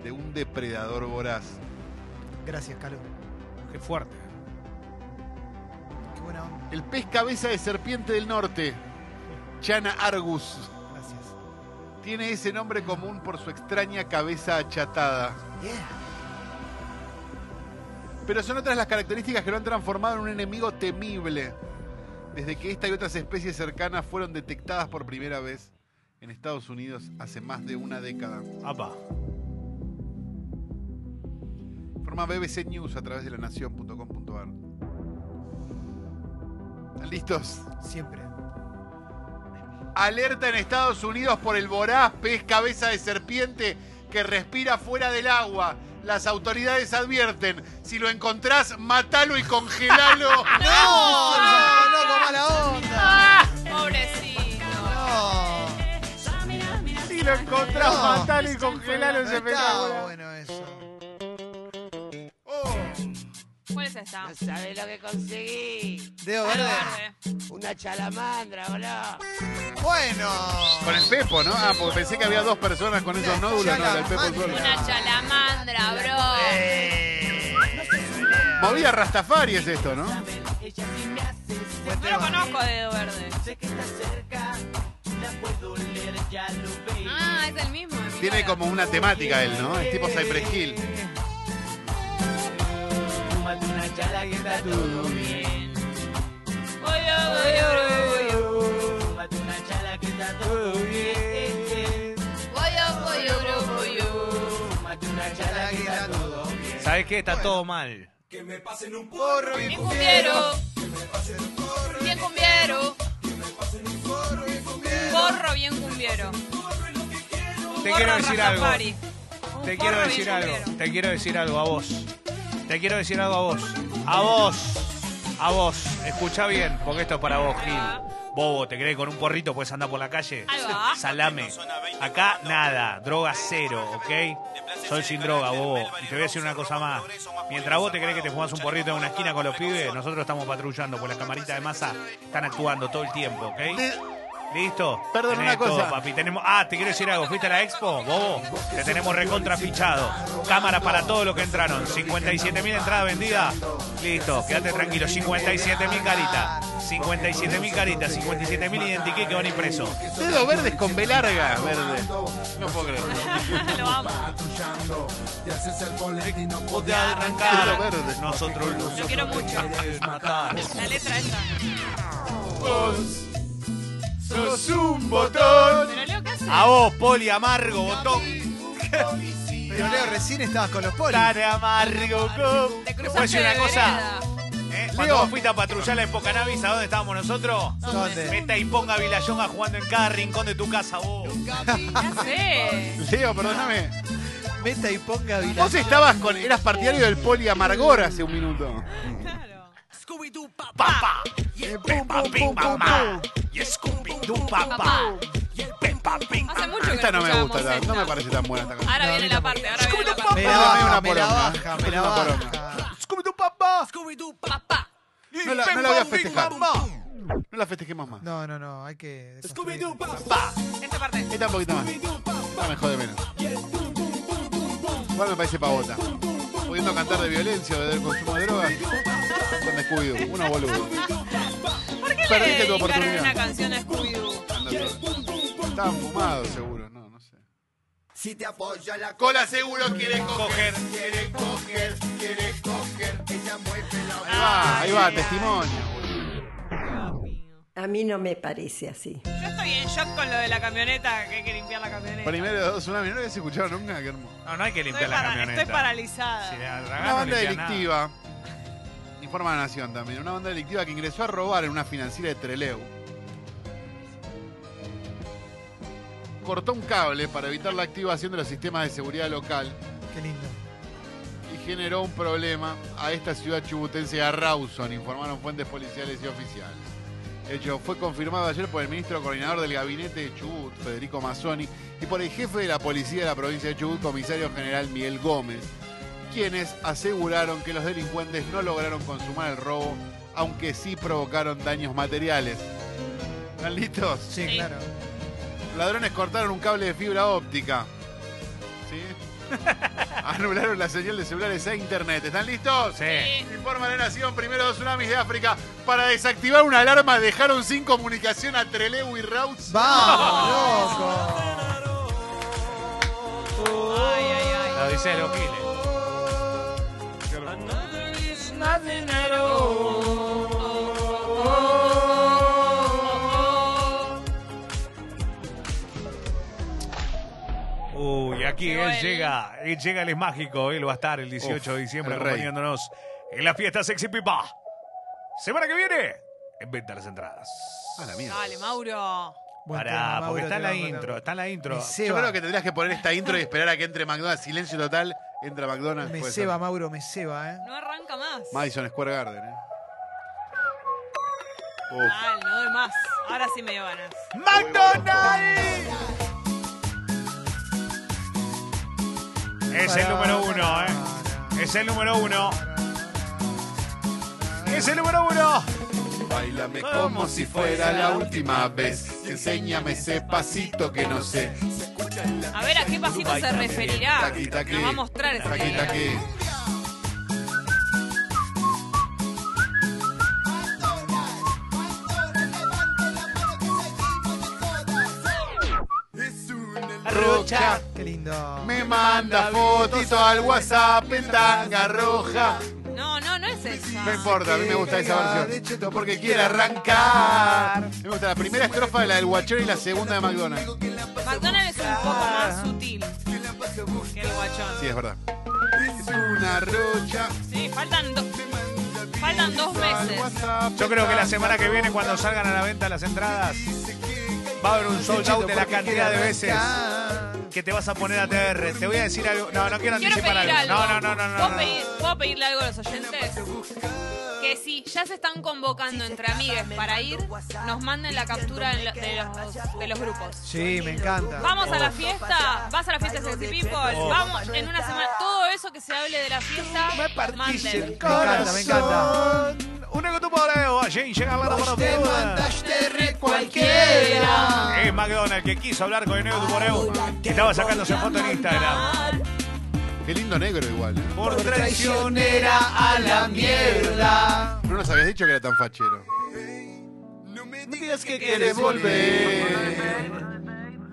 Speaker 2: de un depredador voraz.
Speaker 1: Gracias, Caló.
Speaker 4: Qué fuerte. ¿eh?
Speaker 1: Qué buena onda.
Speaker 2: El pez cabeza de serpiente del norte, Chana Argus,
Speaker 1: Gracias.
Speaker 2: tiene ese nombre común por su extraña cabeza achatada.
Speaker 1: Yeah.
Speaker 2: Pero son otras las características que lo han transformado en un enemigo temible. Desde que esta y otras especies cercanas fueron detectadas por primera vez en Estados Unidos hace más de una década.
Speaker 4: Apa.
Speaker 2: Forma BBC News a través de lanación.com.ar. ¿Están listos?
Speaker 1: Siempre.
Speaker 2: Alerta en Estados Unidos por el voraz pez cabeza de serpiente que respira fuera del agua. Las autoridades advierten, si lo encontrás, matalo y congelalo.
Speaker 1: ¡No! ¡No, no, con Ah, mala onda!
Speaker 3: Pobrecito.
Speaker 1: ¡No!
Speaker 2: si lo encontrás,
Speaker 1: No.
Speaker 2: matalo y congelalo.
Speaker 1: No
Speaker 2: ese pez.
Speaker 1: está bueno eso.
Speaker 3: ¿Cuál es esta?
Speaker 10: No sabes lo que conseguí.
Speaker 1: Dedo
Speaker 3: Verde.
Speaker 1: verde.
Speaker 10: Una chalamandra, boludo.
Speaker 1: Bueno.
Speaker 2: Con el Pepo, ¿no? Ah, porque pensé que había dos personas con esos nódulos, no, era el Pepo solo.
Speaker 3: Una chalamandra,
Speaker 10: Eh,
Speaker 3: bro.
Speaker 2: Movida Rastafari es esto, ¿no?
Speaker 10: Ella sí me hace
Speaker 1: Buen
Speaker 3: No lo
Speaker 1: tema.
Speaker 3: conozco dedo verde.
Speaker 10: sé que está cerca. La puedo leer, ya lo ve.
Speaker 3: Ah, es el mismo. de mi
Speaker 2: Tiene
Speaker 3: cara.
Speaker 2: como una temática él, ¿no? Es tipo Cypress Hill.
Speaker 10: Fúmate una chala que está todo bien.
Speaker 3: Oy, oy, oy, oy, oy.
Speaker 10: Fúmate una chala que está todo bien.
Speaker 3: Voy a, voy a, voy a, voy a.
Speaker 10: Fúmate una chala que está todo bien.
Speaker 4: ¿Sabes qué? Está todo mal.
Speaker 3: Bien cumbiero. Bien cumbiero. Gorro bien cumbiero.
Speaker 4: Te
Speaker 3: Gorro
Speaker 4: quiero decir algo.
Speaker 3: Rastafari. Un
Speaker 4: Te
Speaker 3: gorro
Speaker 4: quiero
Speaker 3: bien
Speaker 4: decir algo.
Speaker 3: cumbiero.
Speaker 4: Te quiero decir algo a vos. Te quiero decir algo a vos. A vos. A vos. Escucha bien, porque esto es para vos,
Speaker 3: Ahí
Speaker 4: Gil.
Speaker 3: va.
Speaker 4: Bobo, ¿te crees que con un porrito puedes andar por la calle?
Speaker 3: Ahí va.
Speaker 4: Salame. Acá nada, droga cero, ¿ok? Soy sin droga, Bobo. Y te voy a decir una cosa más. Mientras vos te crees que te jugás un porrito en una esquina con los pibes, nosotros estamos patrullando por las camaritas de masa. Están actuando todo el tiempo, ¿ok? ¿Listo?
Speaker 2: Perdón,
Speaker 4: Tenés
Speaker 2: una cosa.
Speaker 4: todo, papi. Tenemos... Ah, te quiero decir algo. ¿Fuiste a la expo, bobo? Te tenemos recontra fichado. Cámaras para todos los que entraron. 57.000 entradas vendidas. Listo, quédate tranquilo. 57.000 caritas. 57.000 caritas. 57.000 identiqué que van impresos.
Speaker 2: Dedo verdes con B larga, verde. No puedo creerlo.
Speaker 3: Lo amo.
Speaker 4: Te
Speaker 2: Dedo
Speaker 4: arrancar.
Speaker 2: verde.
Speaker 4: Nosotros
Speaker 3: Lo quiero mucho. La letra esta.
Speaker 2: Sos un botón.
Speaker 3: Pero Leo, ¿qué hace?
Speaker 4: A vos, poli amargo, botón.
Speaker 1: Pero Leo, recién estabas con los polis.
Speaker 4: Tan amargo. como-
Speaker 3: Te
Speaker 4: Te puedo
Speaker 3: cruzaste
Speaker 4: decir
Speaker 3: de
Speaker 4: una
Speaker 3: vereda.
Speaker 4: cosa. ¿Eh? Cuando vos fuiste a patrullar la época navis, ¿a dónde estábamos nosotros?
Speaker 1: ¿Dónde?
Speaker 4: Meta y ponga Vilayonga jugando en cada rincón de tu casa, vos.
Speaker 3: Ya sé.
Speaker 2: Leo, perdóname.
Speaker 1: Meta y ponga Vilayonga.
Speaker 2: Vos estabas con. Eras partidario del poli amargor hace un minuto.
Speaker 3: Claro.
Speaker 4: Papá. Y el Peppa Pig, mamá. Y Scooby-Doo, papá. Y el Peppa Pig,
Speaker 3: Hace mucho que
Speaker 2: Esta no me
Speaker 3: escuchábamos
Speaker 2: gusta, tanto, no
Speaker 3: esta.
Speaker 2: me parece tan buena esta canción.
Speaker 3: Ahora viene la parte, ahora viene la parte.
Speaker 1: Me
Speaker 2: Pero
Speaker 1: la
Speaker 2: es una
Speaker 1: baja, me la
Speaker 2: poronga.
Speaker 1: baja, me
Speaker 2: Es
Speaker 1: la
Speaker 2: una poronga.
Speaker 1: baja.
Speaker 4: Scooby-Doo, papá.
Speaker 3: Papá.
Speaker 2: No la, no la voy a festejar. No la festejemos más.
Speaker 1: No, no, no, hay que.
Speaker 3: Esta parte.
Speaker 2: Esta un poquito más. Esta me jode menos. Igual me parece pavota. Pudiendo cantar de violencia o del consumo de drogas. Con descuido. Uno boludo.
Speaker 3: ¿Por qué le
Speaker 2: Perdiste tu
Speaker 3: dedicaron
Speaker 2: oportunidad.
Speaker 3: una canción a Scooby-Doo?
Speaker 2: Anda todo. Estaban fumados seguro. No, no sé. Si te apoya la cola seguro quiere coger. Quiere coger. Quiere coger. Ella mueve la Ahí va, ahí va. Testimonio.
Speaker 11: A mí no me parece así.
Speaker 3: Yo estoy en shock con lo de la camioneta, que hay que limpiar la camioneta.
Speaker 2: Primero de dos tsunamis. No habías escuchado nunca. Qué hermoso.
Speaker 4: No, no hay que
Speaker 3: Estoy,
Speaker 4: limpiar la
Speaker 3: para-
Speaker 4: camioneta.
Speaker 3: estoy paralizada.
Speaker 4: Si la dragás,
Speaker 2: Una
Speaker 4: no
Speaker 2: banda
Speaker 4: limpiás nada.
Speaker 2: delictiva. Informa la Nación también. Una banda delictiva que ingresó a robar en una financiera de Treleu. Cortó un cable para evitar la activación de los sistemas de seguridad local
Speaker 1: Qué lindo.
Speaker 2: y generó un problema a esta ciudad chubutense, a Rawson, informaron fuentes policiales y oficiales. El hecho fue confirmado ayer por el ministro coordinador del gabinete de Chubut, Federico Mazzoni, y por el jefe de la policía de la provincia de Chubut, comisario general Miguel Gómez, quienes aseguraron que los delincuentes no lograron consumar el robo, aunque sí provocaron daños materiales. ¿Están listos?
Speaker 1: Sí,
Speaker 3: Sí.
Speaker 1: claro.
Speaker 2: Ladrones cortaron un cable de fibra óptica. ¿Sí? Anularon la señal de celulares a internet. ¿Están listos?
Speaker 4: Sí.
Speaker 2: Informa la Nación, primero dos tsunamis de África. Para desactivar una alarma dejaron sin comunicación a Trelew y Rouse.
Speaker 1: ¡Vamos, loco!
Speaker 3: Ay, ay, ay.
Speaker 4: Lo dice los giles. Uy, aquí
Speaker 3: Qué
Speaker 4: él
Speaker 3: bueno.
Speaker 4: llega, él llega, él es mágico, él va a estar el 18 de
Speaker 2: Uf,
Speaker 4: diciembre
Speaker 2: el rey.
Speaker 4: acompañándonos en la fiesta Sexy Pipa. Semana que viene, en venta las entradas.
Speaker 2: A la mierda.
Speaker 3: Dale, Mauro.
Speaker 1: Buen
Speaker 4: Pará,
Speaker 1: tema, Mauro,
Speaker 4: porque está en
Speaker 1: te
Speaker 4: la
Speaker 1: banco, te
Speaker 4: intro,
Speaker 1: banco.
Speaker 4: está en la intro.
Speaker 1: Me
Speaker 2: Yo
Speaker 1: ceba,
Speaker 2: creo que tendrías que poner esta intro y esperar a que entre McDonald's. Silencio total. Entra McDonald's.
Speaker 1: me
Speaker 2: puede
Speaker 1: ceba,
Speaker 2: ser.
Speaker 1: Mauro, me ceba, ¿eh?
Speaker 3: No arranca más.
Speaker 2: Madison Square Garden, ¿eh? Uf.
Speaker 3: Mal, no doy más. Ahora sí me dio ganas.
Speaker 4: ¡McDonald's! Es el número uno, ¿eh? Es el número uno. Es el número uno.
Speaker 2: Bailame como si fuera la última vez. Enséñame ese pasito que no sé.
Speaker 3: A ver, ¿a qué pasito se referirá?
Speaker 2: Taqui, taqui.
Speaker 3: Nos va a mostrar esa
Speaker 2: Taqui,
Speaker 3: señora.
Speaker 2: taqui. Rocha
Speaker 1: Qué lindo.
Speaker 2: me manda fotito al WhatsApp en tanga roja.
Speaker 3: No, no, no es esa.
Speaker 2: No importa, a mí me gusta esa versión. Porque quiere arrancar. Me gusta la primera estrofa de la del Guachero y la segunda de McDonald's.
Speaker 3: McDonald's es un poco más sutil que el guachón.
Speaker 2: Sí, es verdad. Es una rocha.
Speaker 3: Sí, faltan dos. Faltan dos meses.
Speaker 4: Yo creo que la semana que viene, cuando salgan a la venta las entradas, va a haber un sold out de la cantidad de veces que te vas a poner a TR. Te voy a decir algo. No, no quiero
Speaker 3: Quiero
Speaker 4: anticipar
Speaker 3: pedir algo.
Speaker 4: No, no, no, no. no,
Speaker 3: ¿Puedo,
Speaker 4: no.
Speaker 3: pedir- puedo pedirle algo a los oyentes? Que si ya se están convocando entre amigues para ir, nos manden la captura de, lo- de los, de los grupos.
Speaker 1: Sí, me encanta.
Speaker 3: Vamos a la fiesta, vas a la fiesta Sexy People, vamos en una semana, todo eso que se hable de la fiesta, manden.
Speaker 1: Me encanta, me encanta.
Speaker 4: Una que tú podrás, Jane, llega la hora para
Speaker 1: Cualquiera.
Speaker 4: Es McDonald's que quiso hablar con el negro Tuporeu, que estaba sacándose foto en Instagram.
Speaker 2: Qué lindo negro igual. ¿eh?
Speaker 4: Por traición.
Speaker 1: a la mierda.
Speaker 2: No nos habías dicho que era tan fachero.
Speaker 1: que
Speaker 2: Quieres volver.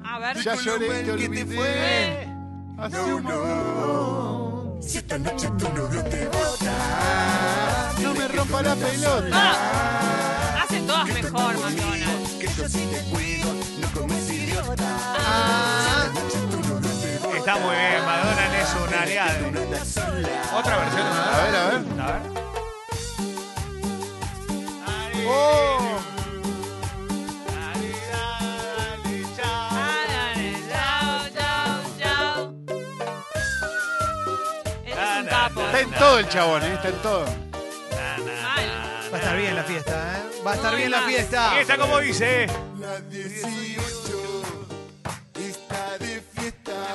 Speaker 3: A ver,
Speaker 2: Ya lloré, te olvidé.
Speaker 3: Eh,
Speaker 2: Hace uno.
Speaker 8: Si esta noche tu novio te
Speaker 2: No me rompa la pelota.
Speaker 3: ah, hace todas mejor McDonald's.
Speaker 8: Que yo sí te cuido, no comes idiota.
Speaker 4: Está muy bien, McDonald's es un aliado. Otra versión de
Speaker 2: A ver, a ver.
Speaker 4: McDonald's. A ver. Oh.
Speaker 3: Este
Speaker 2: Está en todo el chabón, ¿eh? Está en todo.
Speaker 1: Va a estar bien la fiesta, ¿eh? Va a estar bien la fiesta.
Speaker 4: Fiesta como dice.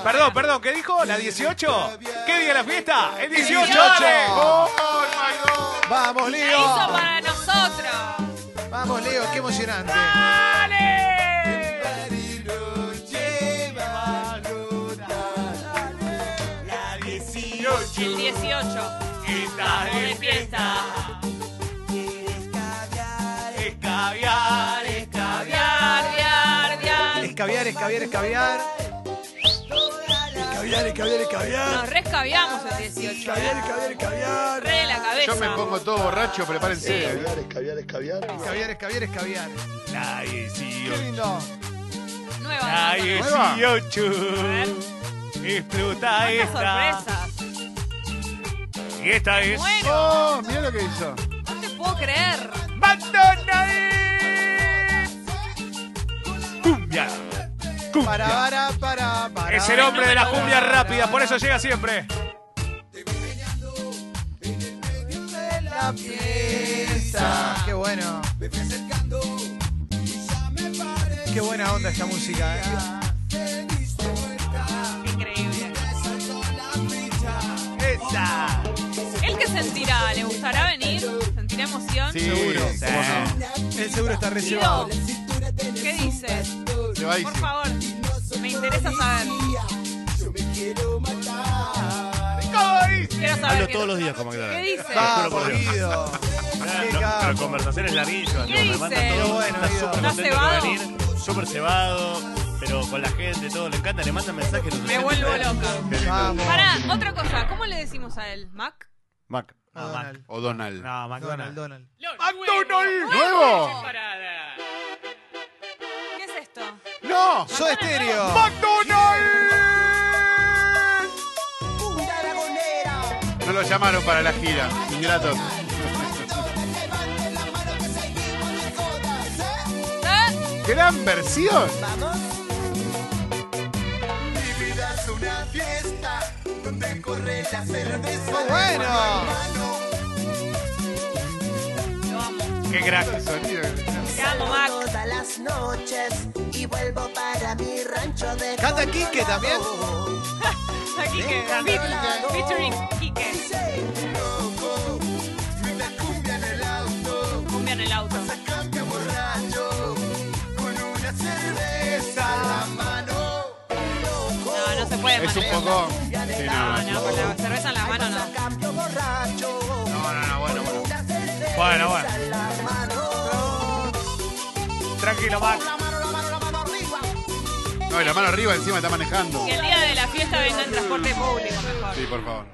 Speaker 4: Perdón, perdón, ¿qué dijo? ¿La 18? ¿Qué día la fiesta? ¡El 18!
Speaker 1: 18.
Speaker 4: dale.
Speaker 1: Vamos,
Speaker 3: La
Speaker 1: Leo.
Speaker 3: hizo para nosotros.
Speaker 1: Vamos, Leo, qué emocionante.
Speaker 3: El 18.
Speaker 8: Estás
Speaker 3: de fiesta.
Speaker 8: Escabiar, escabiar.
Speaker 1: Escabiar, escabiar, escabiar.
Speaker 6: Caviar, eh, caviar, eh, caviar.
Speaker 3: Nos rescabiamos el 18.
Speaker 6: Caviar, caviar, caviar.
Speaker 3: Re de la cabeza.
Speaker 2: Yo me pongo todo borracho, prepárense.
Speaker 6: Caviar, eh, caviar.
Speaker 1: Escabiar, escabiar, escabiar.
Speaker 8: La
Speaker 1: Qué
Speaker 8: 18.
Speaker 1: lindo.
Speaker 3: Nueva.
Speaker 8: La
Speaker 3: nueva.
Speaker 8: 18.
Speaker 3: A ver,
Speaker 8: Disfruta
Speaker 3: qué
Speaker 8: esta.
Speaker 3: sorpresa.
Speaker 8: Y esta es.
Speaker 3: Bueno,
Speaker 2: ¡Oh! Mirá lo que hizo.
Speaker 3: no te puedo creer.
Speaker 8: Cumbia.
Speaker 1: Para,
Speaker 8: Cumbia.
Speaker 1: para, para, para.
Speaker 4: Es el hombre de la cumbia rápida, por eso llega siempre.
Speaker 1: La fiesta. Qué bueno. Qué buena onda esta música, ¿eh?
Speaker 3: Increíble.
Speaker 4: Esa.
Speaker 3: ¿Él qué sentirá? ¿Le gustará venir? ¿Sentirá emoción?
Speaker 2: Sí,
Speaker 1: Seguro.
Speaker 2: cómo no.
Speaker 1: Él seguro está
Speaker 3: Guido,
Speaker 1: reservado.
Speaker 3: ¿qué dices?
Speaker 2: Se va a ir.
Speaker 3: Por favor, me interesa saber. Quiero saber.
Speaker 5: Hablo
Speaker 3: quiero
Speaker 5: todos los
Speaker 3: saber.
Speaker 5: días con Magdalena.
Speaker 3: ¿Qué dice?
Speaker 5: Te juro
Speaker 1: Vamos,
Speaker 5: por Dios.
Speaker 1: Guido.
Speaker 5: Claro,
Speaker 1: Qué
Speaker 5: no, pero
Speaker 1: capo.
Speaker 5: conversaciones larguillas.
Speaker 3: ¿Qué
Speaker 5: me manda
Speaker 3: dice?
Speaker 5: todo.
Speaker 1: Bueno,
Speaker 5: está
Speaker 1: Guido.
Speaker 5: súper
Speaker 3: ¿Está
Speaker 5: contento
Speaker 3: cebado?
Speaker 5: de venir. Súper cebado, pero con la gente, todo. Le encanta, le manda mensajes.
Speaker 3: Me vuelvo loca.
Speaker 1: Vamos.
Speaker 3: Pará, otra cosa. ¿Cómo le decimos a él? ¿Mac?
Speaker 2: Mac.
Speaker 1: Ah, Donald.
Speaker 2: O Donald.
Speaker 4: No,
Speaker 1: Donald,
Speaker 4: McDonald's.
Speaker 1: Donald.
Speaker 8: ¡McDonald's!
Speaker 2: ¡Nuevo!
Speaker 3: ¿Qué es esto?
Speaker 2: ¡No!
Speaker 1: Soy estéreo.
Speaker 8: ¡McDonald's!
Speaker 2: No lo llamaron para la gira. Ingratos.
Speaker 3: ¿Eh?
Speaker 2: Gran versión.
Speaker 1: Muy bueno.
Speaker 3: Lo amo.
Speaker 4: Qué crack.
Speaker 2: El sonido.
Speaker 3: Te amo, Mac.
Speaker 12: Todas las noches y vuelvo para mi rancho de
Speaker 1: Canta Quique también.
Speaker 3: Aquí que. fit- Featuring Kike. Cumbia en el auto. No, no se puede.
Speaker 2: Es un
Speaker 3: Mateo.
Speaker 2: poco. Sí, no,
Speaker 3: No, no, con la cerveza en la mano no.
Speaker 2: no, no, no, bueno, bueno.
Speaker 4: Bueno, bueno. Tranquilo, Mac.
Speaker 2: No, y la mano arriba encima está manejando.
Speaker 3: Que el día de la fiesta venga en transporte público mejor.
Speaker 2: Sí, por favor.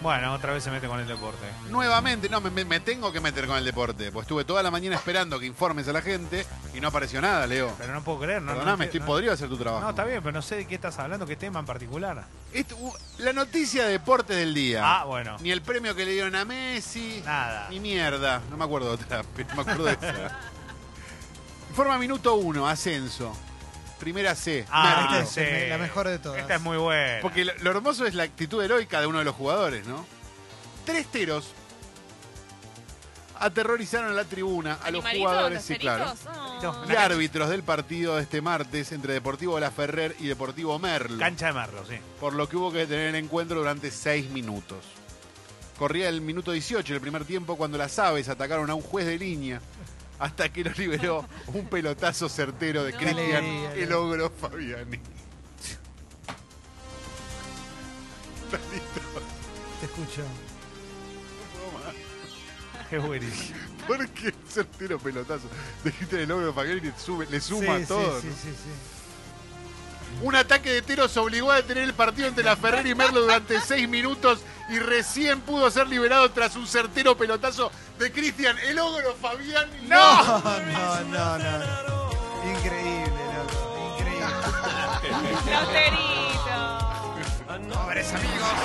Speaker 4: Bueno, otra vez se mete con el deporte.
Speaker 2: Nuevamente, no, me, me- me tengo que meter con el deporte. Pues estuve toda la mañana esperando que informes a la gente y no apareció nada, Leo.
Speaker 4: Pero no puedo creer, no.
Speaker 2: Perdóname,
Speaker 4: no,
Speaker 2: estoy
Speaker 4: no-
Speaker 2: podrido de hacer tu trabajo.
Speaker 4: No, está bien, pero no sé de qué estás hablando, qué tema en particular.
Speaker 2: Esto- uh, la noticia de deporte del día.
Speaker 4: Ah, bueno.
Speaker 2: Ni el premio que le dieron a Messi.
Speaker 4: Nada.
Speaker 2: Ni mierda. No me acuerdo otra, pero me acuerdo de esa. Informa minuto uno, ascenso. Primera C.
Speaker 4: Ah,
Speaker 2: Merlo.
Speaker 1: esta es la mejor de todas.
Speaker 4: Esta es muy buena.
Speaker 2: Porque lo, lo hermoso es la actitud heroica de uno de los jugadores, ¿no? Tres teros aterrorizaron a la tribuna, a los
Speaker 3: Animalitos,
Speaker 2: jugadores, sí, claro.
Speaker 3: ceritos, oh.
Speaker 4: No,
Speaker 2: Y árbitros del partido de este martes entre Deportivo La Ferrer y Deportivo Merlo.
Speaker 4: Cancha de Marlo, sí.
Speaker 2: por lo que hubo que detener el encuentro durante seis minutos. Corría el minuto 18 del primer tiempo cuando las aves atacaron a un juez de línea hasta que lo liberó un pelotazo certero de
Speaker 3: No.
Speaker 2: Cristian
Speaker 1: Alegría,
Speaker 2: el
Speaker 1: no.
Speaker 2: ogro Fabiani.
Speaker 1: Te escucho.
Speaker 4: Qué buenísimo.
Speaker 2: Porque certero pelotazo de Cristian el ogro Fabiani le, sube- le suma
Speaker 1: Sí,
Speaker 2: todo.
Speaker 1: Sí,
Speaker 2: ¿no?
Speaker 1: sí, sí, sí.
Speaker 2: Un ataque de teros obligó a detener el partido entre la Ferrer y Merlo durante seis minutos y recién pudo ser liberado tras un certero pelotazo de Cristian el ogro Fabiani.
Speaker 1: No, no, Ah, no, no. Increíble, loco. Increíble.
Speaker 3: Los teritos.
Speaker 2: Pobres amigos.